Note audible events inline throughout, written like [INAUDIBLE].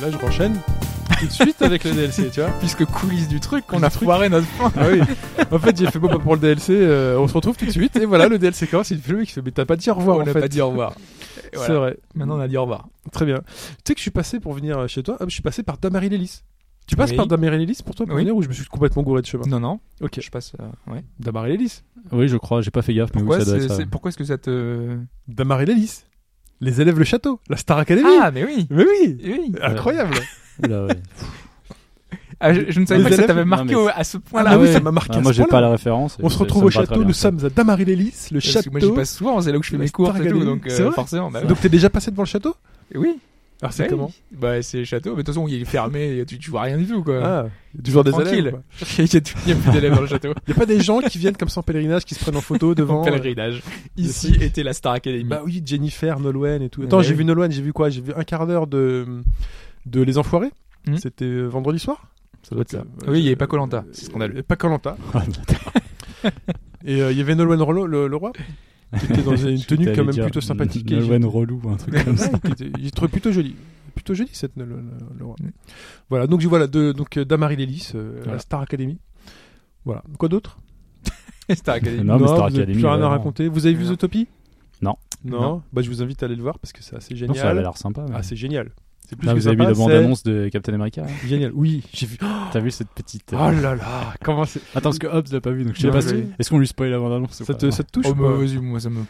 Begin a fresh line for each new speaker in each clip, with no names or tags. là, je renchaîne tout de suite avec le DLC, tu vois.
Puisque coulisses du truc, qu'on
Du
a
truc.
foiré notre fin.
Ah oui. En fait, j'ai fait bon bah, pour le DLC, euh, on se retrouve tout de suite. Et voilà, le DLC commence. Il fait le mec qui fait mais t'as pas dit au revoir
on
en
n'a
fait.
pas dit au [LAUGHS] revoir. Et voilà.
C'est vrai.
Maintenant, on a dit au revoir.
Très bien. Tu sais que je suis passé pour venir euh, chez toi. hop, je suis passé par Damary-Lélis. Tu passes
Oui.
par Damary-Lélis pour toi pour
Oui.
venir ou je me suis complètement gouré de chemin
Non, non.
Ok.
Je passe. euh, ouais.
Damary-Lélis.
Oui, je crois, j'ai pas fait gaffe, mais
Pourquoi
oui, ça doit
c'est-
être ça.
euh,
c'est- pourquoi est-ce que ça te.
Damary-Lélis. Les élèves le château. La Star Academy.
Ah, Euh, mais oui.
Mais oui.
Oui.
Incroyable.
Oula,
[LAUGHS]
ouais.
Ah, je, je ne savais
Les
pas que ça
élèves-
t'avait marqué
Non, mais
au- à ce point-là.
Ah oui,
ouais.
ça m'a marqué
Ah,
à
moi,
ce
j'ai
point-là.
pas la référence.
On se
Ça-
retrouve
ça
au
me va très
château.
bien,
Nous
ça.
sommes à Damary-Lélis, le
Parce que Moi, j'y
château.
passe souvent, c'est là où je fais
La
mes cours et
Star
tout,
Academy.
donc euh,
C'est vrai
forcément. Bah, oui.
Donc t'es déjà passé devant le château
oui.
Alors c'est
Oui.
comment
Bah, c'est le château, mais de toute façon, il est fermé, tu, tu vois rien du tout, quoi.
Ah, toujours des
Euh, Tranquille.
élèves. quoi.
[LAUGHS] Il y a tout- il y a plus d'élèves dans
[LAUGHS]
le château.
Il y a pas des gens qui viennent comme ça en pèlerinage, qui se prennent en
[LAUGHS]
photo devant.
En pèlerinage. Ici était la Star Academy.
Bah oui, Jennifer, Nolwenn et tout. Attends,
Ouais,
j'ai
oui.
vu Nolwenn, j'ai vu quoi J'ai vu un quart d'heure de de Les Enfoirés.
Hmm.
C'était euh, vendredi soir.
Ça doit être ça.
Donc, euh,
oui, il y
euh,
avait pas Colanta, c'est scandaleux.
il y avait Pas Colanta. [LAUGHS] Et euh, il y avait Nolwenn Rollo- le, le roi, qui était dans
[LAUGHS]
une tenue quand même plutôt sympathique. et
Nolwenn euh, relou, un truc comme ça.
Ouais, qui était- il trouvait plutôt joli. Plutôt joli cette le, le- le roi.
Hmm.
Voilà, donc je- voilà de donc euh, Damary Lélis, euh,
Voilà.
la Star Academy. Voilà. Quoi d'autre Euh,
[LAUGHS] Star Academy.
Non, mais Star
vous avez
Academy,
plus rien à
vraiment.
raconter. Vous avez vu
Non.
Zootopie
Non.
non.
Non. Oh,
Bah je vous invite à aller le voir parce que c'est assez
Non, ça
génial.
avait l'air sympa. mais-
ah, c'est génial. C'est plus
Là,
que
vous avez vu
sympa,
la
c'est
bande-annonce de Captain America. hein
Génial. Oui, j'ai vu. Oh
T'as vu cette petite. euh,
là là, comment c'est
Attends, parce que Hobbs l'a pas vu, donc je sais
Non,
pas
je
si.
l'ai vu.
Est-ce qu'on lui spoil la bande-annonce
ça
ou pas
te, ça te touche
Oh,
ou
bah,
pas
vas-y, moi, ça me.
Non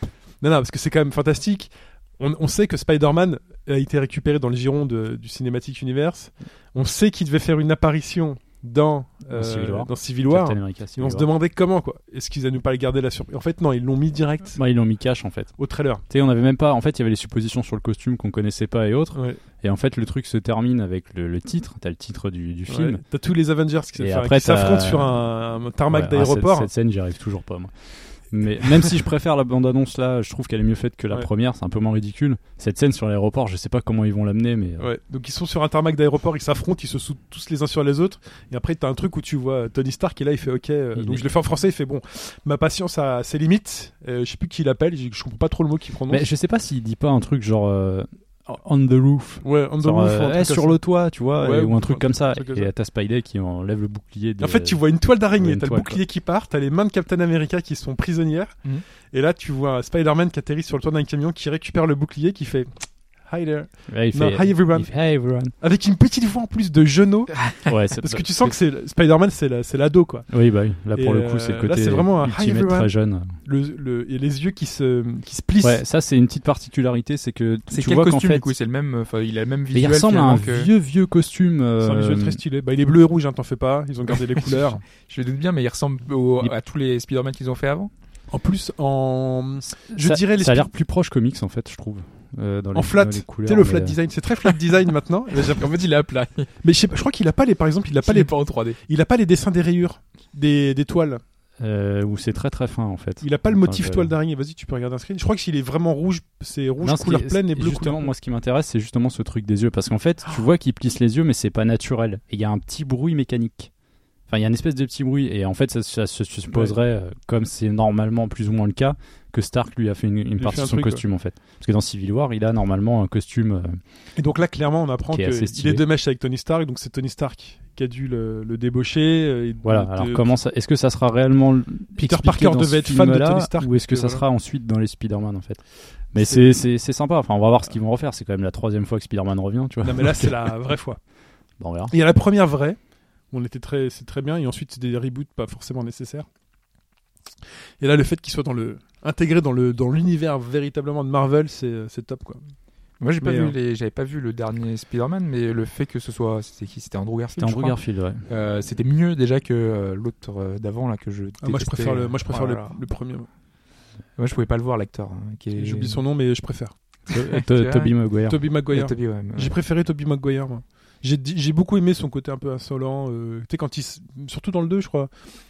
non, parce que c'est quand même fantastique. On, on sait que Spider-Man a été récupéré dans le giron de- du Cinematic Universe. On sait qu'il devait faire une apparition dans euh,
Dans Civil War.
dans Civil War.
Captain America, si
Et
vous
on se
voulez voir.
demandait comment quoi. Est-ce qu'ils allaient nous pas le garder la surprise En fait non, ils l'ont mis direct
Bah, ils l'ont mis cash en fait.
au trailer.
Tu sais, on avait même pas. En fait, il y avait les suppositions sur le costume qu'on connaissait pas et autres. Et en fait, le truc se termine avec le, le titre. T'as le titre du, du film.
Ouais. T'as tous les Avengers qui
Et
s'affrontent
après,
qui s'affrontent
t'as-
sur un, un tarmac
Ouais, ah,
d'aéroport.
cette, cette scène, j'y arrive toujours pas, moi. Mais même si je préfère la bande-annonce là, je trouve qu'elle est mieux faite que la
Ouais.
première, c'est un peu moins ridicule. Cette scène sur l'aéroport, je sais pas comment ils vont l'amener, mais. euh,
Ouais. Donc ils sont sur un tarmac d'aéroport, ils s'affrontent, ils se sautent tous les uns sur les autres. Et après t'as un truc où tu vois Tony Stark et là il fait ok. euh,
Il
donc
est-
je le fais en français, il fait bon, ma patience a ses limites. Euh, je sais plus qui l'appelle, je je comprends pas trop le mot qu'il prononce.
Mais je sais pas s'il dit pas un truc genre. euh, on the roof.
Ouais, on the
Genre,
roof,
euh,
ou un truc comme
eh, sur
ça.
le toit, tu vois,
Ouais,
et- ou
ou
un truc comme ça.
un truc comme
Et
ça.
t'as Spidey qui enlève le bouclier. de-
En fait, tu vois une toile
Ouais,
d'araignée,
une
t'as le
toile,
bouclier qui part, t'as les mains de Captain America qui sont prisonnières,
Mhm.
et là tu vois Spider-Man qui atterrit sur le toit d'un camion, qui récupère le bouclier, qui fait Hi there,
Ouais, il
Non,
fait-
hi everyone,
il fait, Hey, everyone.
[LAUGHS] avec une petite voix en plus de Jeuneau,
Ouais, c'est-
parce que tu sens que c'est Spider-Man, c'est la- c'est l'ado quoi.
Oui, bah oui. Là,
Et,
pour le coup, c'est
euh,
le
là,
côté
c'est vraiment un hi,
ultimate
everyone.
très jeune.
Le, le- et les yeux qui se qui se plissent.
Ouais, ça, c'est une petite particularité, c'est que
C'est
tu
quel
vois qu'en
costume,
fait.
du coup C'est le même. Enfin, il a le même
Mais il
visuel.
ressemble à un
finalement, que-
vieux, vieux costume.
C'est un
euh,
visuel très stylé. Bah, il est bleu et rouge, hein, t'en fais pas. Ils ont gardé
[LAUGHS]
les couleurs.
Je doute bien, mais il ressemble au-
Il-
à tous les Spider-Man qu'ils ont fait avant.
En plus, en je
ça,
dirais les
ça a l'air plus proche comics en fait, je trouve. euh, dans les-
en flat,
dans les
tu
couleurs,
sais le
mais,
flat
euh,
design, c'est très flat
[LAUGHS]
design maintenant. Mais j'ai-
En fait, il est à plat.
Mais je, sais pas, je crois qu'il a pas les, par exemple, il a pas
Il est
les,
pas en 3D.
il a pas les dessins des rayures, des, des toiles.
euh, où c'est très très fin en fait.
Il a pas le
Enfin,
motif
je-
toile d'araignée. Vas-y, tu peux regarder un screen. Je crois que s'il est vraiment rouge, c'est rouge
Non, ce
couleur
qui est-
pleine et
ce-
bleu
Justement,
couleur.
moi, ce qui m'intéresse, c'est justement ce truc des yeux, parce qu'en fait, tu vois qu'il plisse les yeux, mais c'est pas naturel. Et il y a un petit bruit mécanique. Enfin, il y a une espèce de petit bruit, et en fait, ça, ça se supposerait, euh, comme c'est normalement plus ou moins le cas, que Stark lui a fait une, une
fait
partie
un
de son
truc,
costume en fait. Parce que dans Civil War, il a normalement un costume. euh,
Et donc là, clairement, on apprend
Qui est assez
qu'il
stylé.
est de mèche avec Tony Stark. Donc c'est Tony Stark qui a dû le, le débaucher. euh, et
Voilà,
de-
alors comment ça Est-ce que ça sera réellement Peter
Parker devait être fan de Tony Stark,
ou est-ce que
et
ça
voilà.
sera ensuite dans les Spider-Man en fait Mais
C'est-
c'est c'est- c'est sympa. Enfin, on va voir ce qu'ils vont refaire. C'est quand même la troisième fois que Spider-Man revient,
[LAUGHS]
tu vois.
Non, mais là, c'est la vraie fois.
Bon, on verra.
Il y a la première vraie. On était très, c'est très bien. Et ensuite, c'est des reboots pas forcément nécessaires. Et là, le fait qu'il soit dans le intégré dans le dans l'univers véritablement de Marvel, c'est c'est top quoi.
Moi, j'ai pas
Mais,
vu
euh,
les- j'avais pas vu le dernier Spider-Man, mais le fait que ce soit, c'était qui C'était Andrew Garfield.
C'était
je
Andrew
crois.
Garfield, ouais.
Euh, c'était mieux déjà que euh, l'autre euh, d'avant là que je.
Ah, moi, je
détestais.
préfère le, moi, je préfère
Oh là
le,
là.
le premier.
Moi, je pouvais pas le voir l'acteur. hein, qui est-
J'oublie son nom, mais je préfère.
[LAUGHS] To-
Tu vois
to- Tobey Maguire.
Tobey Maguire.
Ouais, Toby, ouais, mais-
J'ai préféré Toby Maguire, moi. J'ai dit- j'ai beaucoup aimé son côté un peu insolent. euh, tu sais, quand il. s- Surtout dans le 2, je crois.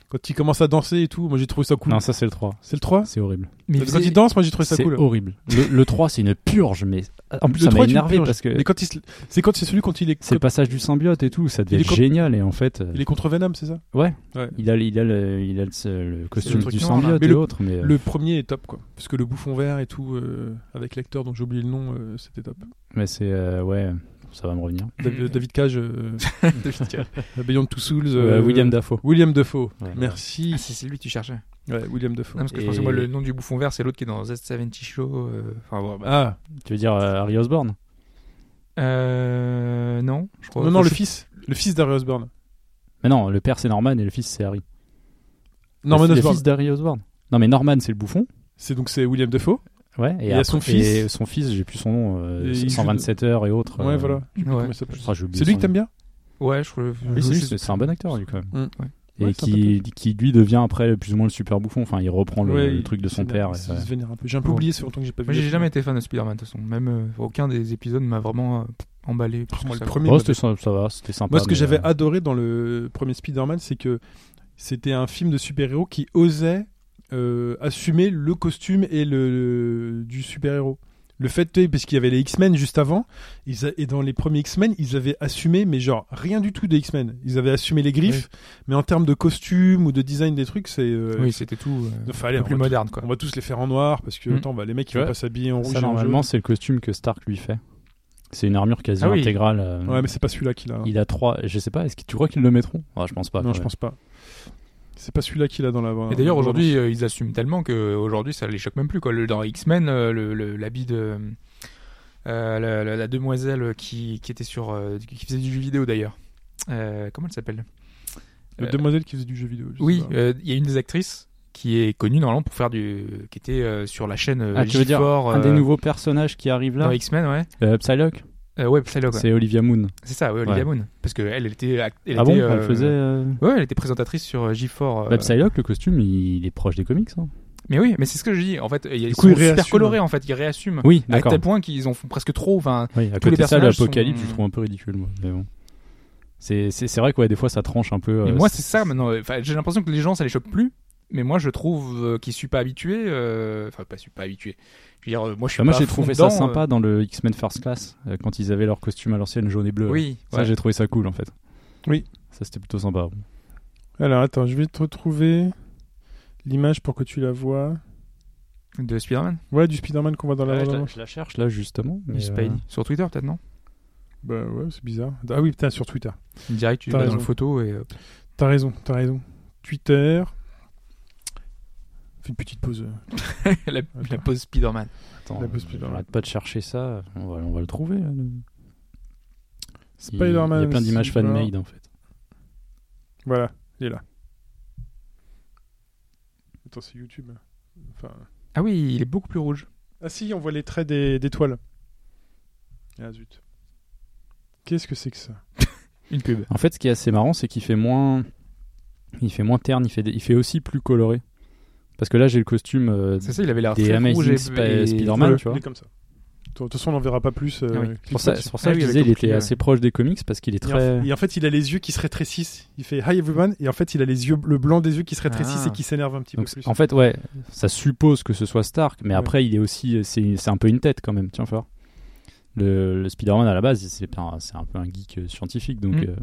Quand il commence à danser et tout, moi j'ai trouvé ça cool.
Non, ça c'est le 3.
C'est le 3
C'est horrible.
Mais
Quand il danse, moi j'ai trouvé ça
C'est
cool.
horrible. Le, le 3, c'est une purge, mais en plus,
Le
ça
3 est
m'a
une
énervé
purge.
parce que
Mais quand il se- c'est quand c'est celui quand il est,
c'est le passage du symbiote et tout, ça devait
Il est
être
com-
génial. Et en fait, euh,
il est contre Venom, c'est ça
ouais,
Ouais.
il a, il a le, il a le, le costume
truc
du
noir, là.
symbiote
Mais
et
le-
l'autre, mais euh,
Le premier est top, quoi. Parce que le bouffon vert et tout, euh, avec l'acteur dont j'ai oublié le nom, euh, c'était top.
mais c'est euh, ouais, ça va me revenir.
Dav-
[LAUGHS]
David Cage, euh, Beyond Two Souls.
Euh,
euh,
William Dafoe.
William Dafoe.
Ouais.
Merci.
Ah, c'est c'est lui que tu cherchais. Non,
Ouais, William Dafoe.
parce que
Et-
je pensais, moi, le nom du bouffon vert, c'est l'autre qui est dans Z70 Show. euh, Enfin, bon, bah.
Ah,
Tu veux dire euh, Harry Osborn
Euh, non, je crois.
non, non,
je-
le fils. Le fils d'Harry Osborn.
Mais non, le père c'est Norman et le fils c'est Harry.
Norman
le, le
Osborn.
fils d'Harry Osborn. Non, mais Norman c'est le bouffon.
C'est donc c'est William Dafoe.
Ouais. Et,
Il y a
après-
son fils.
et son fils, j'ai plus son nom. euh,
Et il joue-
127 heures et autres.
Ouais,
euh,
voilà.
Ouais,
Comment il s'appelle
Ah, j'ai oublié
C'est lui
son
que t'aimes bien
ouais, je crois. je-
Oui, c'est-
je-
c'est c'est un bon acteur, lui, quand même.
Mm.
Ouais.
Et
Ouais, c'est un
qui, qui, lui, devient après plus ou moins le super bouffon. Enfin, il reprend le,
Ouais,
le
il-
truc de
il
son
se
père. euh,
vénère, il se
ouais.
vénère un peu. J'ai un peu
Ouais.
oublié, c'est longtemps que j'ai pas vu.
Moi,
le
j'ai
film.
jamais été fan de Spider-Man, de toute façon. Même euh, aucun des épisodes m'a vraiment euh, emballé. plus
Moi,
que
le
ça.
premier
Oh,
m'a-
c'était sympa, ça va, c'était sympa.
Moi, ce que
mais,
j'avais
euh,
adoré dans le premier Spider-Man, c'est que c'était un film de super-héros qui osait euh, assumer le costume et le du super-héros. Le fait, tu sais, parce qu'il y avait les X-Men juste avant, ils a- et dans les premiers X-Men, ils avaient assumé, mais genre rien du tout des X-Men. Ils avaient assumé les griffes, mais en termes de costume ou de design des trucs, c'est. euh,
Oui, c'était tout. euh,
enfin, allez,
un peu
on,
plus
va
moderne, quoi.
tous, on va tous les faire en noir parce que
Mm.
attends, bah, les mecs ils
Ouais.
vont pas s'habiller en rouge.
Ça,
et en
normalement, c'est le costume que Stark lui fait. C'est une armure quasi
Ah oui.
intégrale. euh,
jaune. ouais, mais c'est pas celui-là qu'il a. hein.
Il a trois. Je sais pas, est-ce que tu crois qu'ils le mettront Ah, Je pense pas.
non,
quand
je
même.
pense pas. C'est pas celui-là qu'il a dans la.
Et d'ailleurs, aujourd'hui, euh, ils assument tellement que euh, aujourd'hui, ça les choque même plus. Quoi. Le, dans X-Men, euh, le- le- l'habit de. euh, la, la- la demoiselle qui, qui était sur. euh, qui faisait du jeu vidéo d'ailleurs. Euh, comment elle s'appelle
La
Euh,
demoiselle qui faisait du jeu vidéo. je sais
Oui,
pas.
euh, il y a une des actrices qui est connue normalement pour faire du. qui était euh, sur la chaîne euh,
Ah, tu veux dire
G4,
Un des
euh,
nouveaux personnages qui arrive là,
dans X-Men, ouais.
euh, Psylocke,
Euh, ouais, Psylocke, ouais.
c'est Olivia Moon.
C'est ça, ouais, Olivia
Ouais.
Moon. Parce qu'elle, elle était. act- Elle
ah bon
était,
Elle
euh,
faisait. euh,
Ouais, elle était présentatrice sur euh, G4. euh,
bah, Psylocke, le costume, il, il est proche des comics. hein.
Mais oui, mais c'est ce que je dis. En fait, ils
Du coup,
sont
ils
super
réassument.
colorés, en fait, ils réassument.
Oui,
à
d'accord.
tel point qu'ils en font presque trop. Enfin,
Oui, à
Tous les
côté de ça,
personnages
l'apocalypse,
sont-
je le trouve un peu ridicule, moi. Mais bon. C'est, c'est, c'est vrai que ouais, des fois, ça tranche un peu.
mais
euh,
moi, c'est ça maintenant. Enfin, j'ai l'impression que les gens, ça les choque plus. Mais moi, je trouve euh, qu'ils ne suis pas habitué. Enfin, pas, je suis pas habitué. Je veux dire, euh, moi, je suis
Enfin, Ah, moi,
pas à
j'ai
fond
trouvé
dedans,
ça sympa
euh,
dans le X-Men First Class, euh, quand ils avaient leur costume à l'ancienne jaune et bleu.
euh, Oui,
euh, Ça,
ouais.
j'ai trouvé ça cool, en fait.
Oui.
Ça, c'était plutôt sympa.
Alors attends, je vais te retrouver l'image pour que tu la vois.
de Spider-Man,
Ouais, du Spider-Man qu'on voit dans la
Ah,
je, la,
bande-annonce.
cherche, là, justement. euh,
du Spidey. Sur Twitter, peut-être, non
Bah ouais, c'est bizarre. Ah oui, putain, sur Twitter.
Direct, tu
T'as
vas dans
raison.
la photo et. euh,
T'as raison, t'as raison. Twitter. Fais une petite pause. euh.
la, la pose Spider-Man.
Attends,
La pose plus loin.
j'arrête pas de chercher ça. On va, on va le trouver. là, le- Il-
Spider-Man.
Il y a plein d'images
Spider-
fan-made, en fait.
Voilà, il est là. Attends, c'est YouTube. hein. Enfin...
Ah oui, il est beaucoup plus rouge.
Ah si, on voit les traits des, des toiles. Ah zut. Qu'est-ce que c'est que ça
Une pub.
En fait, ce qui est assez marrant, c'est qu'il fait moins. Il fait moins terne, il fait, il fait aussi plus coloré. Parce que là, j'ai le costume euh,
C'est ça, il avait l'air
Des
très
Amazing
rouge et,
Spa-
et-
Spider-Man. Normal, tu vois.
Il est comme ça. De toute façon, on n'en verra pas plus. euh,
Ah oui.
clique
C'est pour ça,
là-dessus.
c'est pour ça
Ah
que
oui,
je
avec
disais, il
le
était
bouclier,
assez proche des comics parce qu'il est
Et en-
très.
Et en, fait, il a les yeux qui se rétrécissent. Il fait Hi everyone, et en fait, il a les yeux, le blanc des yeux qui se rétrécissent
Ah.
et qui s'énerve un petit
Donc,
peu plus.
en fait, ouais, ça suppose que ce soit Stark, mais
Ouais.
après, il est aussi, c'est c'est un peu une tête quand même. Tiens, fort. Le, le Spider-Man à la base, c'est un, c'est un peu un geek euh, scientifique, donc
Mm.
euh,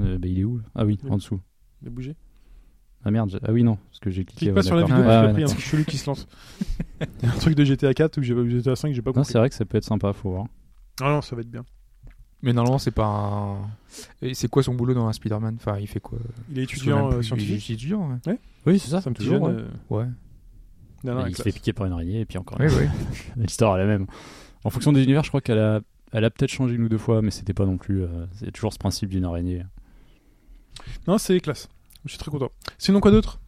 euh, bah, il est où là Ah oui,
Oui.
en dessous.
Il a bougé.
Ah merde, j'ai- ah oui non, parce que j'ai cliqué.
Clique
ouais,
pas sur la
d'accord.
vidéo,
Ouais,
parce qu'il
ouais,
a pris un
d'accord.
truc chelou qui se
[LAUGHS]
lance. Il y a un truc de GTA 4 ou euh, j'ai pas- GTA 5, j'ai pas
Non,
compris.
c'est vrai que ça peut être sympa, faut voir.
Ah non, ça va être bien.
Mais normalement, c'est pas un. Et C'est quoi son boulot dans un Spider-Man Enfin, il fait quoi
Il est
Je me souviens
étudiant euh,
même plus. Il est
scientifique.
étudiant, ouais.
Oui, c'est ça,
C'est un petit
toujours,
jeune,
ouais.
euh,
Ouais,
non, non,
Mais
avec
il se
la-
fait piquer par une araignée et puis encore.
ouais,
une-
ouais.
L'histoire est la même. En fonction des univers, je crois qu'elle a, elle a peut-être changé une ou deux fois, mais c'était pas non plus. euh, c'est toujours ce principe d'une araignée.
Non, c'est classe. Je suis très content. Sinon, quoi d'autre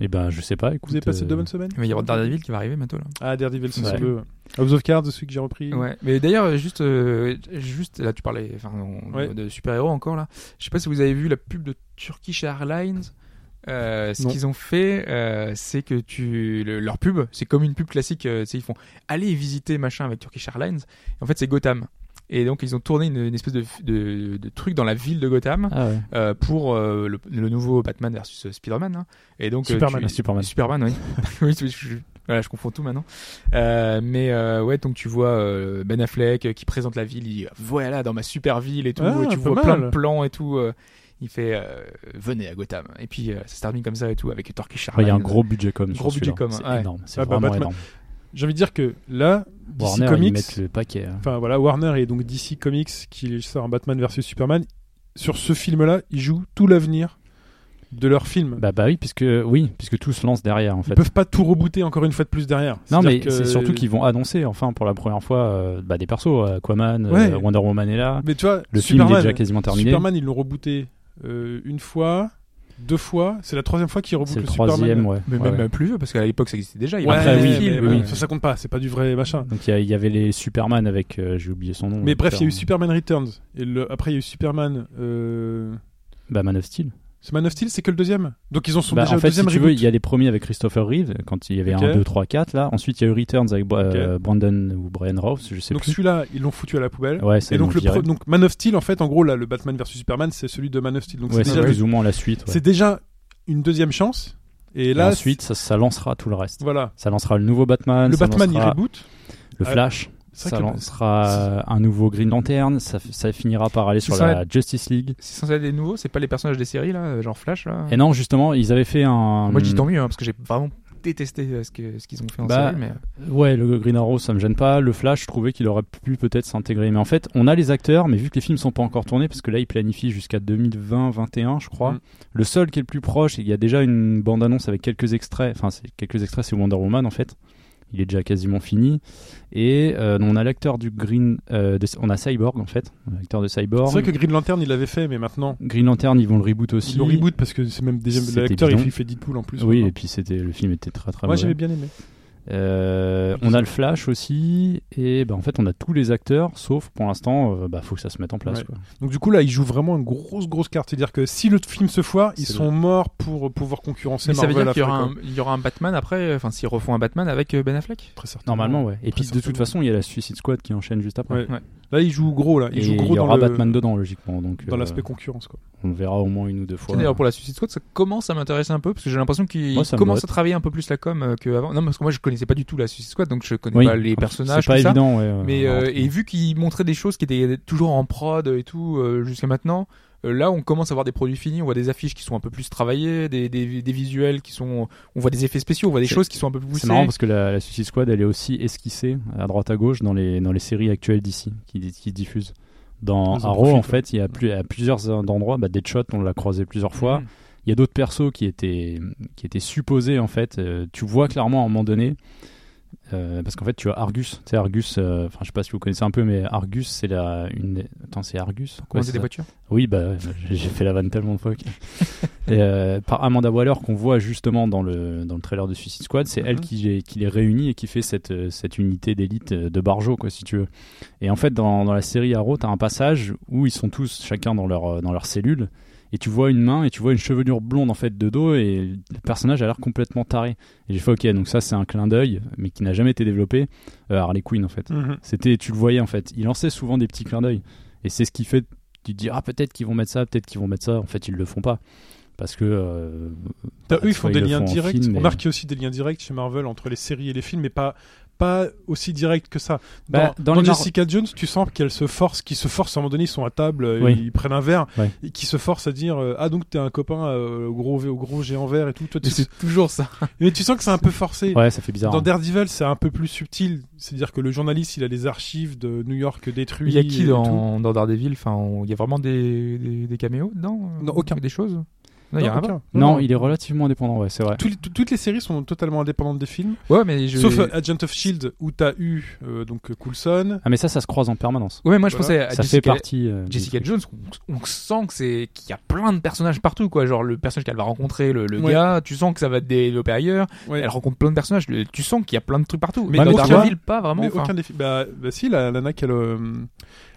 Et ben, je sais pas. Écoute,
Vous avez passé
euh,
deux bonnes semaines
Il va y avoir Daredevil qui va arriver bientôt là.
Ah, Daredevil saison
Ouais.
2. ouais. House of Cards, celui que j'ai repris.
Ouais, mais d'ailleurs, euh, juste, euh, juste là, tu parlais enfin, on-
Ouais.
de super-héros encore là. Je sais pas si vous avez vu la pub de Turkish Airlines. Euh, ce
Non.
qu'ils ont fait, euh, c'est que tu le- leur pub, c'est comme une pub classique. euh, tu sais, ils font allez visiter machin avec Turkish Airlines. En fait, c'est Gotham. Et donc ils ont tourné une, une espèce de, de, de truc dans la ville de Gotham
Ah ouais.
euh, pour euh, le, le nouveau Batman versus euh, Spider-Man. hein. Et donc euh,
Superman.
tu-
Superman.
Superman, oui.
[LAUGHS]
oui, je, je- voilà, je confonds tout maintenant. Euh, mais euh, ouais, donc tu vois euh, Ben Affleck euh, qui présente la ville, il dit voilà dans ma super ville et tout,
Ah,
et tu
pas
vois
mal.
plein de plans et tout. euh, il fait euh, venez à Gotham. Et puis euh, ça se termine comme ça et tout avec Turkish
Ouais, Il y a un
Airlines.
gros budget comme
Gros budget com,
C'est
ouais.
énorme. C'est
Ah bah,
vraiment
Batman-
énorme.
J'ai envie de dire que là, DC
Warner, ils
Comics,
mettent le paquet. hein.
enfin voilà, Warner et donc DC Comics qui sort un Batman versus Superman, sur ce film-là, ils jouent tout l'avenir de leur film.
Bah, bah oui, puisque, oui, puisque tout se lance derrière en
ils
fait.
peuvent pas tout rebooter encore une fois de plus derrière.
Non,
C'est-à-dire
mais
que-
c'est surtout qu'ils vont annoncer enfin pour la première fois euh, bah, des persos. euh, Aquaman, euh,
Ouais.
Wonder Woman est là.
Mais tu vois,
Le film il est
Superman,
déjà quasiment terminé.
Superman, ils l'ont rebooté euh, une fois, deux fois. C'est la troisième fois qu'ils rebootent
C'est
le,
le troisième,
Superman.
ouais.
Mais
Ouais,
même
ouais.
euh, plus vieux, parce qu'à l'époque ça existait déjà. Il y
Ouais,
avait
Après,
des
oui,
films,
mais
oui.
euh,
bon, ça, ça compte pas, c'est pas du vrai machin.
Donc il y, a- il y avait les Superman avec, euh, j'ai oublié son nom.
Mais bref, il y a eu
Superman
Superman Returns. Et le- après, il y a eu Superman. euh,
Bah, Man of Steel.
C'est Man of Steel, c'est que le deuxième. Donc ils en sont
Bah,
déjà
en
au
fait, si
deuxième
tu veux,
reboot.
il y a les premiers avec Christopher Reeve, quand il y avait
Ok.
1, 2, 3, 4, là. Ensuite, il y a eu Returns avec euh, Brandon ou Brian Rouse, je sais
Donc
plus.
celui-là, ils l'ont foutu à la poubelle.
Ouais, c'est
Et donc,
donc
le pro-
direct.
donc Man of Steel, en fait, en gros, là, le Batman vs Superman, c'est celui de Man of Steel. Donc
Ouais,
c'est
c'est
déjà,
plus ou moins la suite. ouais.
c'est déjà une deuxième chance. Et
Et
là,
ensuite, ça, ça lancera tout le reste.
voilà.
Ça lancera le nouveau Batman,
Le
ça
Batman, il
lancera
reboot.
le
Ah,
Flash,
C'est
ça
vrai que-
lancera un nouveau Green Lantern, ça, ça finira par aller sur
Ça,
la Justice League.
C'est censé être des nouveaux, c'est pas les personnages des séries là, euh, genre Flash là.
Et non, justement, ils avaient fait un.
Moi je dis tant mieux, hein, parce que j'ai vraiment détesté euh, ce que- ce qu'ils ont fait en
Bah,
série, mais
Ouais, le Green Arrow, ça me gêne pas. Le Flash, je trouvais qu'il aurait pu peut-être s'intégrer. Mais en fait, on a les acteurs, mais vu que les films sont pas encore tournés, parce que là, ils planifient jusqu'à 2020-21, je crois.
Mm.
Le seul qui est le plus proche, et il y a déjà une bande-annonce avec quelques extraits. Enfin, c'est- quelques extraits, c'est Wonder Woman, en fait. Il est déjà quasiment fini. Et euh, on a l'acteur du Green. euh, de- on a Cyborg, en fait. On a L'acteur de Cyborg.
C'est vrai que Green Lantern, il l'avait fait, mais maintenant,
Green Lantern, ils vont le reboot aussi.
ils le reboot parce que c'est même déjà
C'était
l'acteur, il
bidon.
fait- il fait Deadpool en plus.
Oui,
maintenant.
et puis c'était le film était très très
Moi,
mauvais.
j'avais bien aimé.
Euh, on a le Flash aussi, et bah, en fait on a tous les acteurs, sauf pour l'instant, il faut que ça se mette en place.
Ouais.
quoi.
Donc du coup là, ils jouent vraiment une grosse grosse carte, c'est-à-dire que si le film se foire, ils
C'est
sont morts pour pouvoir concurrencer
Mais ça veut
Marvel
dire qu'il y,
après,
aura
quoi.
un- il y aura un Batman après, euh, enfin s'ils refont un Batman avec euh, Ben Affleck.
Très certainement.
Normalement, ouais. Et
Très
puis de toute
certainement.
façon, il y a la Suicide Squad qui enchaîne juste après.
Ouais. Là, ils jouent gros là, ils
Et
jouent gros
il y
dans
aura
le-
Batman dedans, logiquement. Donc,
dans
euh,
l'aspect concurrence quoi.
on le verra au moins une ou deux fois.
D'ailleurs pour la Suicide Squad, ça commence à m'intéresser un peu parce que j'ai l'impression qu'ils
Moi, ça me
commencent
botte.
à travailler un peu plus la com euh, qu'avant. Non parce que moi je connaissais pas du tout la Suicide Squad, donc je connais
Oui.
pas les personnages,
c'est pas
tout ça.
évident. ouais, euh,
Mais
en
euh,
tout cas.
et vu qu'ils montraient des choses qui étaient toujours en prod et tout euh, jusqu'à maintenant, euh, là on commence à voir des produits finis, on voit des affiches qui sont un peu plus travaillées, des, des, des visuels qui sont, on voit des effets spéciaux, on voit des
C'est-
choses qui sont un peu plus poussées.
c'est marrant parce que la, la Suicide Squad elle est aussi esquissée à droite à gauche dans les, dans les séries actuelles d'ici qui, di- qui diffusent. Dans
Ils en
Arrow, en
profitent,
fait, il y a, plus, à plusieurs endroits, bah, Deadshot, on l'a croisé plusieurs fois.
Mm.
Il y a d'autres persos qui étaient, qui étaient supposés en fait. Euh, tu vois clairement à un moment donné, euh, parce qu'en fait tu as Argus. Tu sais, Argus, euh, enfin je sais pas si vous connaissez un peu, mais Argus c'est la. Une... Attends, c'est Argus
Comment
Ouais,
c'est
c'est
des
ça.
voitures
Oui, bah ouais, j'ai- j'ai fait la vanne tellement de fois. que- Et, euh, par Amanda Waller qu'on voit justement dans le, dans le trailer de Suicide Squad, c'est elle
Mhm.
qui, les- qui les réunit et qui fait cette, euh, cette unité d'élite euh, de Barjo, quoi, si tu veux. Et en fait, dans, dans la série Arrow, t'as un passage où ils sont tous chacun dans leur, euh, dans leur cellule. Et tu vois une main et tu vois une chevelure blonde en fait de dos et le personnage a l'air complètement taré. Et j'ai fait ok donc ça c'est un clin d'œil mais qui n'a jamais été développé euh, à Harley Quinn en fait.
Mhm.
C'était, tu le voyais en fait. Il lançait souvent des petits clins d'œil. Et c'est ce qui fait, tu te dis, ah peut-être qu'ils vont mettre ça, peut-être qu'ils vont mettre ça. En fait, ils le font pas. Parce que. euh,
T'as-
bah,
eux, ils
tu
font
vois,
des
le
liens
en
directs.
film,
On
mais-
marque qu'il y a aussi des liens directs chez Marvel entre les séries et les films, mais pas pas aussi direct que ça. Dans,
Bah, dans
dans
les Mar-
Jessica Jones, tu sens qu'elle se force, qu'ils se forcent à un moment donné, ils sont à table, euh,
Oui.
ils prennent un verre,
Ouais.
et qui se forcent à dire euh, ah donc t'es un copain euh, au gros au gros géant vert et tout. Toi, tu-
Mais C'est [LAUGHS] toujours ça.
Mais tu sens que c'est un peu forcé.
Ouais, ça fait bizarre.
Dans
hein.
Daredevil, c'est un peu plus subtil. C'est-à-dire que le journaliste, il a les archives de New York détruites.
Il y a qui
et tout.
dans, dans Daredevil Enfin, on- il y a vraiment des, des, des caméos dedans euh,
Non, aucun.
Des choses Non, il
Non,
y a rien.
aucun.
Non, il est relativement indépendant, ouais, c'est vrai.
Tous les- tout- toutes les séries sont totalement indépendantes des films,
Ouais, mais je.
sauf euh, Agent of Shield où t'as eu euh, donc euh, Coulson.
Ah, mais ça, ça se croise en permanence.
Ouais, moi je
Voilà.
pensais à
ça fait
Jessica,
partie. euh, du
Jessica
truc.
Jones. On, on sent que c'est qu'il y a plein de personnages partout, quoi. Genre le personnage qu'elle va rencontrer, le, le
Ouais.
gars. Tu sens que ça va développer ailleurs.
Ouais.
Elle rencontre plein de personnages. le- tu sens qu'il y a plein de trucs partout.
Mais
Mais dans
aucun-
Daredevil, pas vraiment.
Mais
enfin. euh,
aucun des films. Bah, bah si, la la nana qu'elle, euh,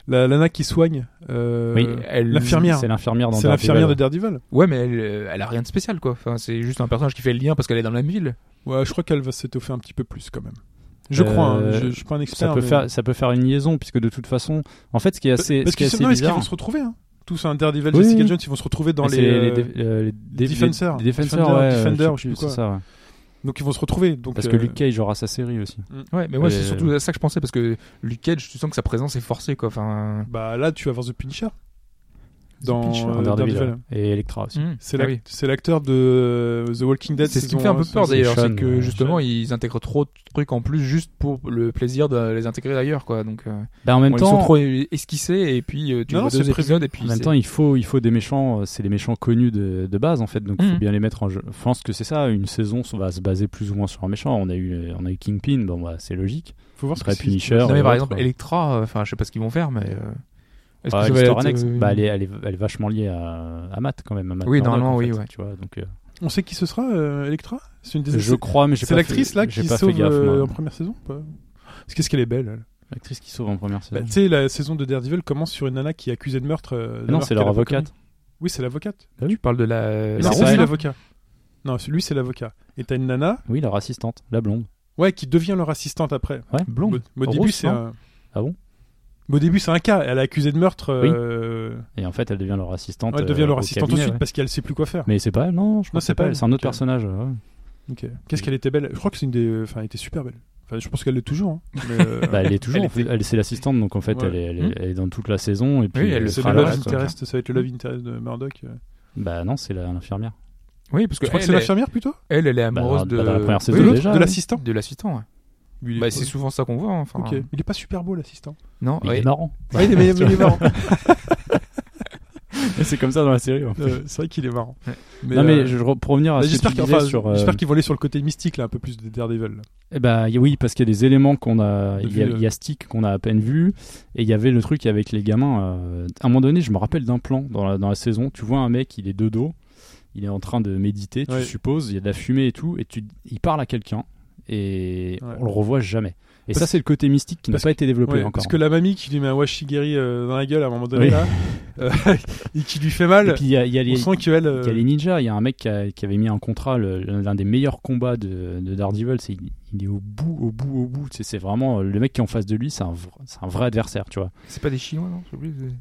la nana qui soigne. euh,
Oui,
elle-
l'infirmière.
C'est l'infirmière dans
C'est l'infirmière de
Daredevil.
Daredevil.
Ouais, mais elle, euh, elle a rien de spécial, quoi. Enfin, c'est juste un personnage qui fait le lien parce qu'elle est dans la même ville.
Ouais, je crois qu'elle va s'étoffer un petit peu plus quand même. Je crois, hein,
Euh,
je, je suis pas un expert.
ça peut
mais- Euh,
faire ça peut faire une liaison puisque de toute façon en fait ce qui est assez
Parce
ce qui est
qu'ils se-
assez
non, mais est-ce qu'ils
bizarre
vont se retrouver. hein Tous Daredevil,
Oui,
Jessica
oui.
Jones, ils vont se retrouver dans
c'est
les. euh,
dé- euh, les dé- les-
Defenseurs.
les défenseurs
Defender,
ouais, euh,
Defender,
je
ou je sais
plus,
plus quoi.
c'est ça, ouais.
Donc ils vont se retrouver. Donc,
parce que
euh,
Luke Cage aura sa série aussi
Ouais, mais moi
Euh,
c'est surtout à ça que je pensais parce que Luke Cage, tu sens que sa présence est forcée quoi. Enfin,
Bah là, tu vas voir The Punisher.
The
Dans
Punisher,
euh,
Dans Daredevil,
Daredevil.
ouais. et Electra aussi
hmm,
C'est
ah
l'ac-
oui.
c'est l'acteur de euh, The Walking Dead.
C'est ce qui
saison
me fait un peu
un,
peur
saison-
d'ailleurs,
Sean,
c'est que
euh,
justement
Sean.
ils intègrent trop de trucs en plus juste pour le plaisir de les intégrer d'ailleurs quoi. Donc euh,
Bah, en même
bon, ils
temps
sont trop esquissés et puis euh, tu
Non,
vois
c'est
deux
prévu.
épisodes et puis
En même
c'est-
temps, il faut, il faut des méchants, euh, c'est les méchants connus de, de base en fait, donc il faut
Mhm.
bien les mettre en jeu. Je pense que c'est ça, une saison on va se baser plus ou moins sur un méchant. On a eu, euh, on a eu Kingpin, bon bah c'est logique.
Faut voir ce
Après
que c'est.
Punisher,
Non mais par
l'autre,
exemple
quoi.
Electra, euh, enfin je sais pas ce qu'ils vont faire mais. euh, est-ce
Bah,
que ça va
l'histoire
être,
annexe,
euh,
bah, elle, est, elle, est, elle est vachement liée à, à Matt quand même. à Matt
Oui,
Murdock,
normalement,
en
oui,
fait,
ouais.
Tu vois, donc, euh,
On sait qui ce sera, euh, Electra C'est une des.
je crois, mais j'ai
C'est
pas
l'actrice
fait-
là
j'ai
qui
pas
sauve
fait gaffe,
euh,
moi.
en première saison ou pas Parce qu'est-ce qu'elle est belle. elle.
L'actrice qui sauve en première saison.
Bah, tu sais, la saison de Daredevil commence sur une nana qui est accusée de meurtre. euh,
Ah
de
non,
meurtre
c'est leur
qu'elle a pas
avocate.
commis. Oui, c'est l'avocate.
Tu parles de la.
Mais
Non, lui,
c'est ça,
c'est
elle.
l'avocat. Non, c'est- lui, c'est l'avocat. Et t'as une nana,
Oui, leur assistante, la blonde.
ouais, qui devient leur assistante après.
Ouais.
Au,
blonde.
au
Rose,
début, c'est
non
un.
Ah bon
Au début, c'est un cas. Elle est accusée de meurtre.
Oui.
euh,
Et en fait, elle devient leur assistante.
ouais, elle devient
euh,
leur
au
assistante
cabinet,
ensuite
ouais.
parce qu'elle sait plus quoi faire.
Mais c'est pas elle, non, je crois que
c'est
c'est
pas
pas elle,
elle.
c'est un autre
Ok.
personnage. ouais.
Ok. Qu'est-ce qu'elle était belle Je crois que c'est une des. Enfin, elle était super belle. Enfin, je pense qu'elle l'est toujours. hein. Mais, euh,
Bah, elle est toujours,
elle
en fait, elle- c'est l'assistante, donc en fait,
Ouais. Mmh.
elle, est, elle, est,
Mhm.
elle est dans toute la saison. Et puis,
Oui, elle
C'est le
sera
fera le
là,
love
reste, quoi.
interest. Ça va être le love interest de Murdoch. euh.
Bah non, c'est la- l'infirmière.
Oui, parce que
Je crois que c'est
elle, est-
l'infirmière plutôt
elle, elle est
Bah,
amoureuse
dans-
de.
dans la première
Oui,
saison,
Oui, l'autre,
l'autre,
déjà,
de
oui.
l'assistant.
de l'assistant. ouais.
Lui, il est
Bah,
pas-
c'est souvent ça qu'on voit. hein, Enfin,
Ok. Il est pas super beau l'assistant.
Non,
Mais
ouais.
Il
[LAUGHS]
est marrant.
Ouais, il est- mais- mais il est marrant.
c'est comme ça dans la série.
[LAUGHS] Euh, C'est vrai qu'il est marrant.
Ouais.
Mais,
non, mais
euh,
je, re- pour revenir à
bah,
ce que
J'espère
tu
qu'ils
disais
enfin,
sur. euh,
j'espère qu'ils vont aller sur le côté mystique là un peu plus des Daredevil. là.
eh ben, y- oui, parce qu'il y a des éléments qu'on a. Il y a,
Vu, euh,
il y a Stick qu'on a à peine vu. Et il y avait le truc avec les gamins. euh, à un moment donné, je me rappelle d'un plan dans la, dans la saison. Tu vois un mec, il est de dos. Il est en train de méditer, tu
Ouais.
supposes. Il y a de la fumée et tout. Et tu, il parle à quelqu'un. Et
Ouais.
on le revoit jamais. Et
Parce-
ça, c'est le côté mystique qui n'a
parce
pas été développé
Ouais,
encore.
parce que la mamie qui lui met un washigiri euh, dans la gueule à un moment donné
Oui.
là, euh, [LAUGHS] et qui lui fait
Et
mal,
puis, il y a, il y a les-
on sent qu'elle. euh,
Il y a les ninjas, il y a un mec qui, a- qui avait mis un contrat, le- l'un des meilleurs combats de, de Daredevil, c'est il, il est au bout, au bout, au bout. Tu sais, C'est vraiment euh, le mec qui est en face de lui, c'est un, vr- c'est un vrai adversaire, tu vois.
C'est pas des Chinois, non c'est oublié, c'est- c'est-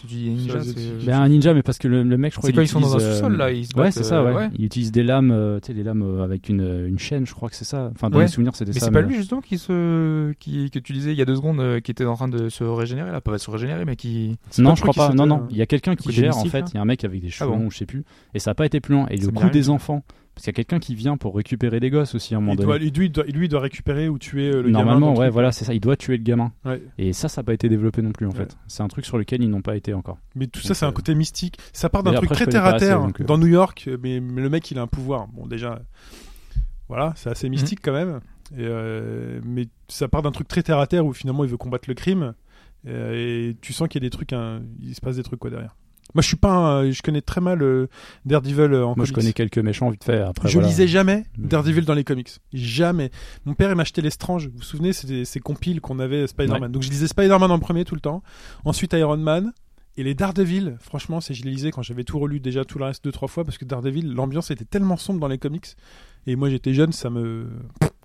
Tu dis ninja,
Ça, c'est-
c'est. euh,
Ben, un ninja, mais parce que le, le mec, je crois
C'est quand ils sont dans un
utilise, euh,
sous-sol là. Ils se
Ouais,
battent,
c'est ça,
euh,
ouais. Il utilise des lames, euh, tu sais, les lames euh, avec une, une chaîne, je crois que c'est ça. Enfin, dans
Ouais.
mes souvenirs, c'était
Mais
ça.
c'est pas lui justement qui se qui que tu disais il y a deux secondes euh, qui était en train de se régénérer là, pas se régénérer mais qui
Non,
pas
je
toi
crois
qui
pas.
saute,
Non,
euh,
non. Il y a quelqu'un qui
côté
gère, en
mystique,
fait.
là
Il y a un mec avec des cheveux
Ah bon
longs, je sais plus. Et ça n'a pas été plus loin. Et
Ça
le
me dit
coup
rien.
des enfants. Parce qu'il y a quelqu'un qui vient pour récupérer des gosses aussi à un moment
il doit,
donné.
lui, lui, il doit, lui, il doit récupérer ou tuer euh, le
Normalement,
gamin. dans
ouais,
le
voilà, c'est ça. Il doit tuer le gamin.
truc. Ouais.
Et ça, ça n'a pas été développé non plus en
Ouais.
fait. C'est un truc sur lequel ils n'ont pas été encore.
Mais tout ça,
Donc,
c'est un
euh,
côté mystique. Ça part d'un
mais
truc
après, je
très
connais
terre
pas
à
assez,
terre
donc, euh.
dans New York, mais, mais le mec, il a un pouvoir. Bon, déjà, voilà, c'est
Mhm.
assez mystique quand même. Et, euh, mais ça part d'un truc très terre à terre où finalement, il veut combattre le crime. Euh, et tu sens qu'il y a des trucs, hein, il se passe des trucs quoi derrière. Moi, je suis pas, un- je connais très mal euh, Daredevil euh, en
Moi,
comics.
je connais quelques méchants vite fait. Après,
Je
voilà.
lisais jamais
Mm.
Daredevil dans les comics. Jamais. Mon père, il m'achetait les Strange. Vous vous souvenez, c'était ces compiles qu'on avait Spider-Man.
Ouais.
Donc je lisais Spider-Man en premier tout le temps. Ensuite Iron Man. Et les Daredevil, franchement, c'est je les lisais quand j'avais tout relu déjà tout le reste deux trois fois parce que Daredevil, l'ambiance était tellement sombre dans les comics. Et moi j'étais jeune, ça me.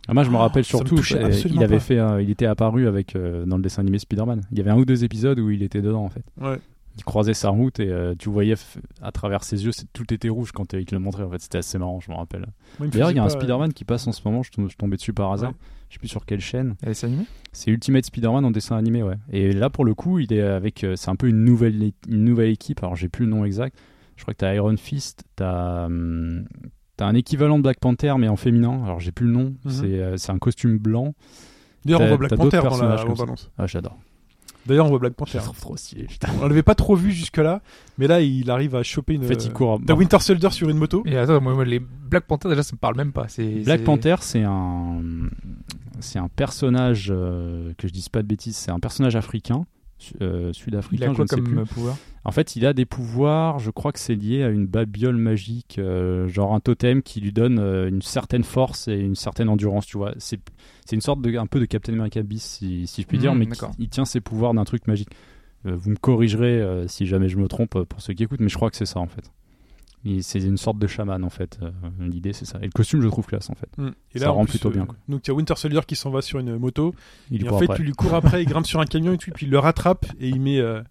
Ah, moi, je me rappelle
Ça me
surtout.
touchait
euh,
absolument
il avait
pas.
fait, un- il était apparu avec euh, dans le dessin animé Spider-Man. Il y avait un ou deux épisodes où il était dedans en fait.
Ouais.
Il croisait sa route et euh, tu voyais f- à travers ses yeux, c'est- tout était rouge quand euh, il te le montrait. En fait, c'était assez marrant, je me rappelle.
Moi, me
D'ailleurs, il y a un
faisait pas-
Spider-Man qui passe en ce moment. Je, tombe- je tombais dessus par hasard.
Ouais.
Je sais plus sur quelle chaîne.
elle est animée.
C'est Ultimate Spider-Man en dessin animé, ouais. Et là, pour le coup, il est avec. euh, c'est un peu une nouvelle, é- une nouvelle équipe. Alors, j'ai plus le nom exact. Je crois que t'as Iron Fist, t'as. hum, T'as un équivalent de Black Panther, mais en féminin. Alors, j'ai plus le nom.
Mhm.
C'est euh, c'est un costume blanc.
D'ailleurs, on
T'as-
voit Black
t'as d'autres
Panther dans la
personnages comme ça.
bande-annonce.
Ah, j'adore.
D'ailleurs, on voit Black
Je
Panther.
le trouve trop stylé, putain.
on l'avait pas trop vu jusque là, mais là il arrive à choper
Euh,
une. euh,
En fait, il court. à-
T'as Winter Soldier sur une moto.
Et attends, moi, moi, les Black Panther déjà ça me parle même pas. C'est
Black
c'est-
Panther, c'est un, c'est un personnage euh, que je dise pas de bêtises. C'est un personnage africain, su- euh,
Il
sud-africain.
a
je
quoi
ne sais
comme
plus.
euh, pouvoir
En fait, il a des pouvoirs, je crois que c'est lié à une babiole magique, euh, genre un totem qui lui donne euh, une certaine force et une certaine endurance, tu vois. C'est c'est une sorte de un peu de Captain America bis si, si je puis dire,
Mhm,
mais qui-
d'accord.
il tient ses pouvoirs d'un truc magique. Euh, vous me corrigerez euh, si jamais je me trompe euh, pour ceux qui écoutent, mais je crois que c'est ça en fait. Il- C'est une sorte de chaman en fait. Euh, L'idée c'est ça. Et le costume je le trouve classe en fait.
Mm. Et
Ça
là, en
rend
plus,
plutôt bien,
euh,
quoi.
Donc il y a Winter Soldier qui s'en va sur une moto.
Il
et
court
en fait,
après.
tu lui cours après, il grimpe sur un camion et tout, puis il le rattrape et il met, euh,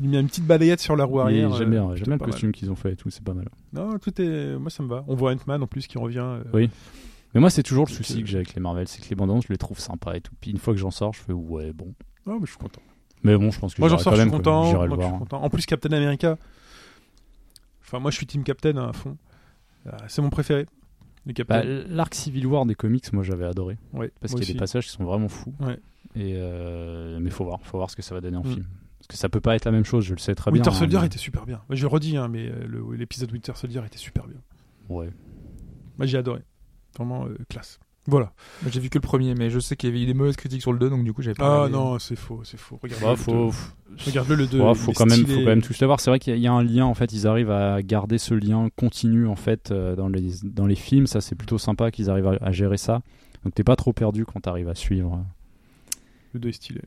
il met une petite balayette sur la roue
Mais
arrière.
J'aime
euh,
bien,
plutôt
j'aime bien le
pas mal.
costume qu'ils ont fait et tout, c'est pas mal.
Non, tout est. Moi, ça me va. On voit Ant-Man en plus qui revient. euh,
Oui. Mais moi, c'est toujours le
Donc,
souci
euh,
que j'ai avec les Marvel, c'est que les bandes annonces, je les trouve sympas et tout. Puis une fois que j'en sors, je fais ouais, bon.
oh, mais je suis content.
Mais bon, je pense que
Moi, j'en
j'irai
sors,
quand
je suis
même, quoi.
content.
J'irai le
Moi, je suis
voir.
content. En plus, Captain America. Enfin, moi, je suis Team Captain hein, à fond. Euh, c'est mon préféré. Le
Bah,
Captain.
L'arc Civil War des comics, moi j'avais adoré.
ouais,
Parce
moi
qu'il y a
aussi.
des passages qui sont vraiment fous.
Ouais.
Et euh, mais faut voir, faut voir ce que ça va donner en
Mm.
film. Parce que ça peut pas être la même chose, je le sais très bien.
Winter
hein,
Soldier
mais-
était super bien. Moi, Je le redis, hein, mais euh, le- l'épisode Winter Soldier était super bien.
Ouais.
Moi, j'ai adoré. Vraiment euh, classe. Voilà.
Moi, J'ai vu que le premier, mais je sais qu'il y avait eu des mauvaises critiques sur le 2, donc du coup, j'avais pas.
Ah
regardé.
non, c'est faux, c'est faux. Regarde.
Bah, faut,
Regarde-le le 2.
Ouais, faut, quand même, faut quand même tous l'avoir. C'est vrai qu'il y a- il y a un lien, en fait, ils arrivent à garder ce lien continu, en fait, euh, dans les, dans les films. Ça, c'est plutôt sympa qu'ils arrivent à, à gérer ça. Donc, t'es pas trop perdu quand t'arrives à suivre. euh,
Le 2 est stylé.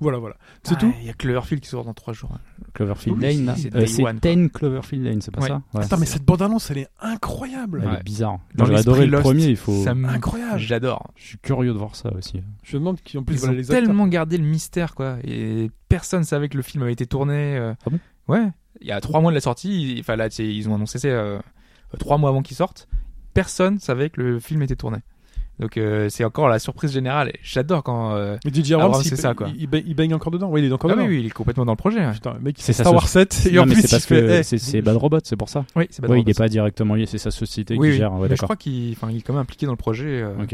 Voilà, voilà. C'est
Ah,
tout
Il y a Cloverfield qui sort dans 3 jours.
Cloverfield
Oui,
Lane,
c'est
là. Euh,
Day
c'est
One, quoi.
10 Cloverfield Lane, c'est pas
Ouais.
ça Ouais.
Attends, mais cette bande-annonce, elle est incroyable.
Elle
Ouais.
est bizarre.
Dans
J'aurais
l'esprit
adoré le
Lost,
premier, il faut...
Ça me-
Incroyable.
J'adore.
Je suis curieux de voir ça aussi.
Je me demande qui en plus
Ils
voilà
ont
les acteurs.
tellement gardé le mystère, quoi. Et personne savait que le film avait été tourné. euh,
Ah bon
Ouais. Il y a 3 mois de la sortie, il- enfin là, tu sais, ils ont annoncé ça 3 mois avant qu'il sorte. Personne savait que le film était tourné. Donc euh, c'est encore la surprise générale. Et J'adore quand. euh,
Mais DJ
Ah,
Abrams,
vraiment,
il,
c'est ça, quoi.
il, il baigne- il baigne encore dedans. Oui, il est encore
Ah oui,
dedans. Ah,
oui, il est complètement dans le projet. hein. ouais.
Putain, le mec, il
C'est
fait
sa
Star Wars 7 et en
Non, mais
plus
c'est
il
parce que
fait. eh,
c'est- c'est Bad Robot, c'est pour ça.
Oui, c'est Bad
Ouais, il
Robot,
est
ça.
pas directement lié, c'est sa société
Oui,
qui
oui.
gère. Ouais,
Mais je
d'accord.
crois qu'il enfin, il est quand même impliqué dans le projet. euh,
Ok.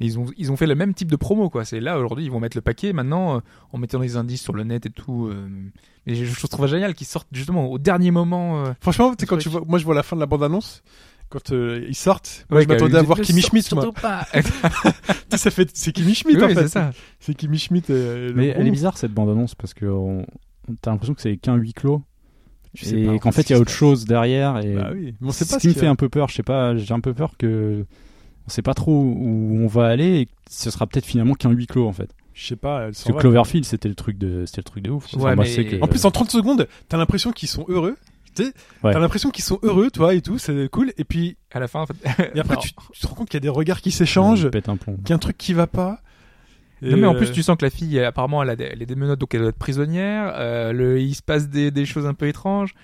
Mais Ils ont, ils ont fait le même type de promo, quoi. C'est là, aujourd'hui, ils vont mettre le paquet. Maintenant, euh, en mettant les indices sur le net et tout. euh, Mais je, je trouve ça génial qu'ils sortent justement au dernier moment. euh,
Franchement, tu sais, quand
Truc.
tu vois, moi je vois la fin de la bande-annonce. Quand euh, ils sortent, moi
ouais,
je m'attendais à
que-
voir
ne
Kimi
sort-
Schmidt. Moi.
surtout [LAUGHS] pas.
Tu sais, ça fait, c'est Kimi
oui,
Schmidt en
c'est
fait.
ça.
C'est Kimi Schmidt. euh, le
Mais elle est
gros.
bizarre cette bande-annonce parce que on- t'as l'impression que c'est qu'un huis clos
Je sais pas,
et qu'en fait il y a autre chose derrière et
Bah oui, mais on sait
c'est
pas
ce qui me
qu'il y
fait
a.
un peu peur. Je sais pas, j'ai un peu peur que on sait pas trop où on va aller et que ce sera peut-être finalement qu'un huis clos en fait.
Je sais pas, elle
Parce
s'en
que
va.
Cloverfield c'était le truc de c'était le truc de ouf.
Ouais,
moi,
mais-
je sais que-
En plus, en 30 secondes, t'as l'impression qu'ils sont heureux. Tu sais,
Ouais.
T'as l'impression qu'ils sont heureux, toi et tout, c'est cool. Et puis,
À la fin, en fait.
et après,
Alors,
tu, tu te rends compte qu'il y a des regards qui
je
s'échangent,
pète un plomb.
qu'il y a un truc qui va pas. Et,
Non, mais en
euh,
plus, tu sens que la fille, euh, apparemment, elle a des, elle a des menottes, donc elle doit être prisonnière. Euh, le, il se passe des, des choses un peu étranges.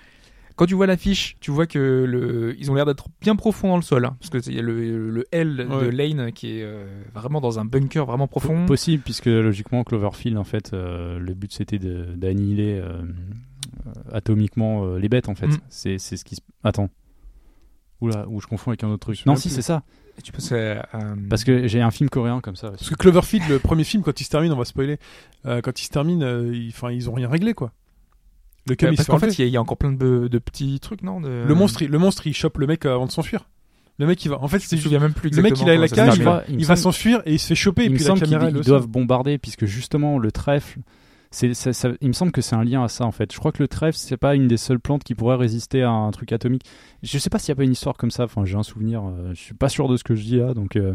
Quand tu vois l'affiche, tu vois que le, ils ont l'air d'être bien profonds dans le sol. hein, parce que c'est- il y a le, le L de
Ouais.
Lane qui est euh, vraiment dans un bunker vraiment profond.
Possible puisque logiquement Cloverfield en fait euh, le but c'était de- d'annihiler euh, euh, atomiquement euh, les bêtes en fait.
Mm.
C'est c'est ce qui se attends. Oula, ou je confonds avec un autre
Je
truc.
sais
Non,
même
si,
plus.
c'est ça.
Et tu penses, euh, euh,
Parce que j'ai un film coréen comme ça. aussi.
Parce que Cloverfield, le premier film, quand il se termine, on va spoiler, euh, quand il se termine, euh, ils, enfin, ils ont rien réglé, quoi. Le
Euh,
camion,
parce qu'en fait, il y a- il y, a encore plein de, de petits trucs, non de-
le monstre, il- le monstre, il chope le mec avant de s'enfuir. Le mec, il va, en fait,
Je
c'est
me souviens même plus
le
exactement.
mec, il a la
comment ça
cage,
se
il
il
termine.
va,
va- il me semble-
s'enfuir et il se fait choper, et
il me
puis la
semble qu'ils
caméra, elle
ils
aussi.
doivent bombarder puisque justement le trèfle c'est ça- ça- il me semble que c'est un lien à ça en fait je crois que le trèfle c'est pas une des seules plantes qui pourrait résister à un truc atomique je sais pas s'il y a pas une histoire comme ça enfin j'ai un souvenir euh, je suis pas sûr de ce que je dis là donc euh,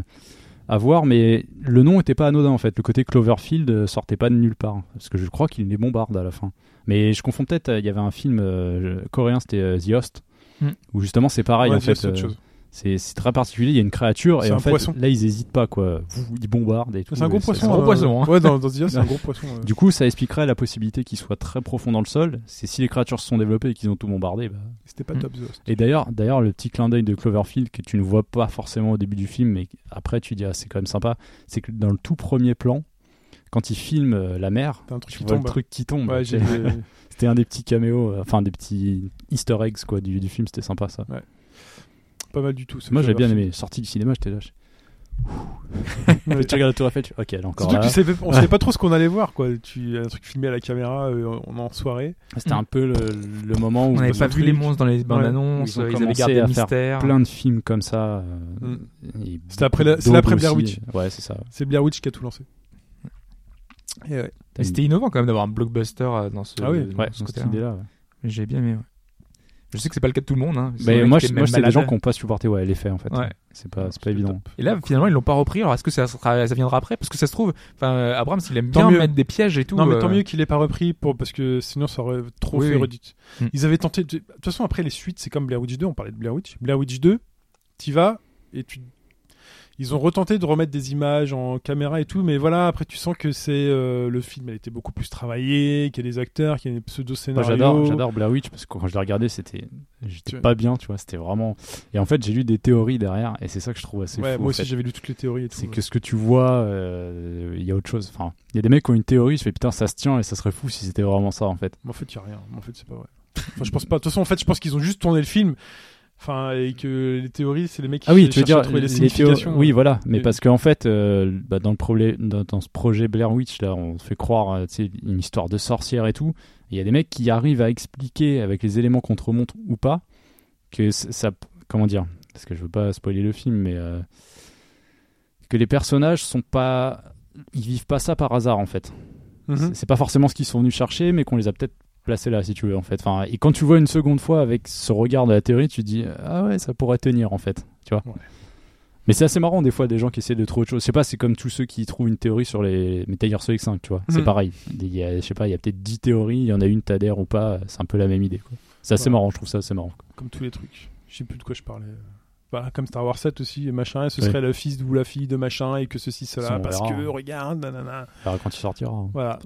à voir mais le nom était pas anodin en fait le côté Cloverfield euh, sortait pas de nulle part parce que je crois qu'il les bombarde à la fin mais je confonds peut-être euh, il y avait un film euh, coréen c'était euh, The Host
Hmm.
où justement c'est pareil
Ouais,
en
c'est
fait
autre
euh,
chose.
c'est c'est très particulier, il y a une créature
C'est
et en
un
fait
poisson.
là ils hésitent pas quoi, Vous, ils bombardent et tout.
C'est un gros
Et ça-
poisson.
un gros
hein.
poisson, hein.
Ouais, dans, dans The Host,
[LAUGHS]
c'est un gros poisson. euh.
Du coup ça expliquerait la possibilité qu'ils soient très profonds dans le sol, c'est si les créatures se sont développées et qu'ils ont tout bombardé. bah-
C'était pas
Mm.
Top The Host.
Et d'ailleurs, d'ailleurs le petit clin d'œil de Cloverfield que tu ne vois pas forcément au début du film mais après tu dis ah, c'est quand même sympa, c'est que dans le tout premier plan quand ils filment euh, la mer,
T'as un truc
tu
qui
vois
tombe.
le truc qui tombe.
Ouais,
[LAUGHS]
j'ai-
C'était un des petits caméos, euh, enfin des petits easter eggs quoi du, du film, c'était sympa ça.
pas mal du tout. ce
Moi j'ai bien
Cloverfield.
aimé, sorti du cinéma, j'étais là. je-
Ouais.
[LAUGHS] Tu regardes la tour Eiffel, tu- OK, elle est encore
Surtout
là.
que tu savais- on savait pas trop ce qu'on allait voir, quoi. Tu, un truc filmé à la caméra, euh, on en soirée.
C'était un peu le, le moment où
Mm. On n'avait
ils
pas
ont
vu les
truc,
monstres dans les bandes annonces,
ils ont
ils, avaient
commencé
gardé le
à faire
mystère.
plein de films comme ça. euh,
Mm.
et
C'était après la- c'est
d'autres
l'après Blair
aussi.
Witch.
Ouais, c'est ça.
C'est Blair Witch qui a tout lancé. Et ouais.
Mais C'était innovant quand même d'avoir un blockbuster euh, dans ce.
Ah oui.
dans
Ouais,
ce
cette
côté-là.
idée-là. ouais.
J'ai bien aimé. ouais. Je sais que c'est pas le cas de tout le monde. Hein. C'est
Mais
vrai
moi,
qu'il y
je-
a
moi
même
c'est des
malade.
gens qui n'ont pas supporté ouais, l'effet en fait.
Ouais.
C'est pas, c'est pas
C'est
évident.
top.
Et là, finalement, ils l'ont pas repris. Alors, est-ce que ça, sera- ça viendra après Parce que ça se trouve, enfin, euh, Abrams, il aime
Tant
bien
mieux.
mettre des pièges et tout.
Non, mais tant
euh,
mieux qu'il l'ait pas repris pour, parce que sinon ça aurait trop
Oui,
fait
oui.
redite.
Hmm.
Mm.
Ils avaient tenté. De de toute façon, après les suites, c'est comme Blair Witch 2, on parlait de Blair Witch. Blair Witch 2, t'y vas et tu. Ils ont retenté de remettre des images en caméra et tout, mais voilà, après tu sens que c'est euh, le film a été beaucoup plus travaillé, qu'il y a des acteurs, qu'il y a des
Moi,
pseudo-scénarios.
j'adore, j'adore Blair Witch parce que quand je l'ai regardé, c'était, j'étais
Tu-
pas bien, tu vois. C'était vraiment. Et en fait, j'ai lu des théories derrière, et c'est ça que je trouve assez
Ouais,
fou.
moi
en
aussi
fait.
j'avais lu toutes les théories et tout.
C'est que ce que tu vois, euh, il y a autre chose. Enfin, il y a des mecs qui ont une théorie, je fais putain, ça se tient et ça serait fou si c'était vraiment ça en fait.
Mais en fait, il n'y a rien. Mais En fait, c'est pas
[LAUGHS]
vrai. Enfin, je pense pas. De toute façon, en fait, je pense qu'ils ont juste tourné le film. Enfin, et que les théories, c'est les mecs qui
Ah oui,
cherchent
tu veux
à
dire
trouver des
les
significations.
théo- Oui, voilà. Mais
Et-
parce qu'en fait, euh, bah, dans le problème, dans, dans ce projet Blair Witch, là, on te fait croire euh, tu sais, une histoire de sorcière et tout. Il y a des mecs qui arrivent à expliquer avec les éléments qu'on te remonte ou pas que c- ça, comment dire, parce que je veux pas spoiler le film, mais euh, que les personnages sont pas, ils vivent pas ça par hasard en fait.
Mhm.
C'est- C'est pas forcément ce qu'ils sont venus chercher, mais qu'on les a peut-être placés là, si tu veux, en fait. Enfin, et quand tu vois une seconde fois avec ce regard de la théorie, tu te dis ah ouais, ça pourrait tenir, en fait. Tu vois.
Ouais.
Mais c'est assez marrant des fois des gens qui essaient de trouver autre chose. Je sais pas, c'est comme tous ceux qui trouvent une théorie sur les Metal Gear Solid 5, tu vois. C'est
Mhm.
pareil. Il y a, je sais pas, il y a peut-être 10 théories, il y en a une t'adhères ou pas. C'est un peu la même idée. quoi. C'est assez
Ouais.
marrant, je trouve ça assez marrant. quoi.
Comme tous les trucs. Je sais plus de quoi je parlais. Bah, comme Star Wars 7 aussi, et machin, et ce
Ouais.
serait le fils ou la fille de machin, et que ceci,
Ça,
cela,
on
parce
verra,
que,
hein.
regarde, nanana.
Alors, quand tu sortiras. hein.
Voilà.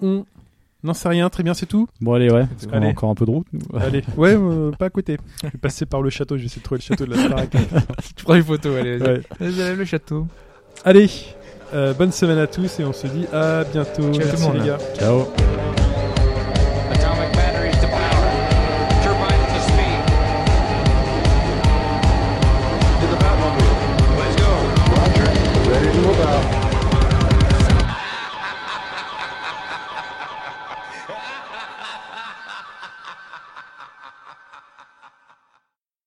On n'en sait rien, très bien, c'est tout.
Bon allez ouais, parce qu'on
Allez.
a encore un peu de route. nous.
Allez, ouais, euh, pas à côté. Je vais passer par le château, je vais essayer de trouver le château de la
[LAUGHS]
Starac.
Tu prends une photo, allez, vas-y.
Ouais.
[LAUGHS] Vas-y, Le château.
Allez, euh, bonne semaine à tous, et on se dit à bientôt.
Ciao tout le
Merci
monde.
les gars.
Ciao.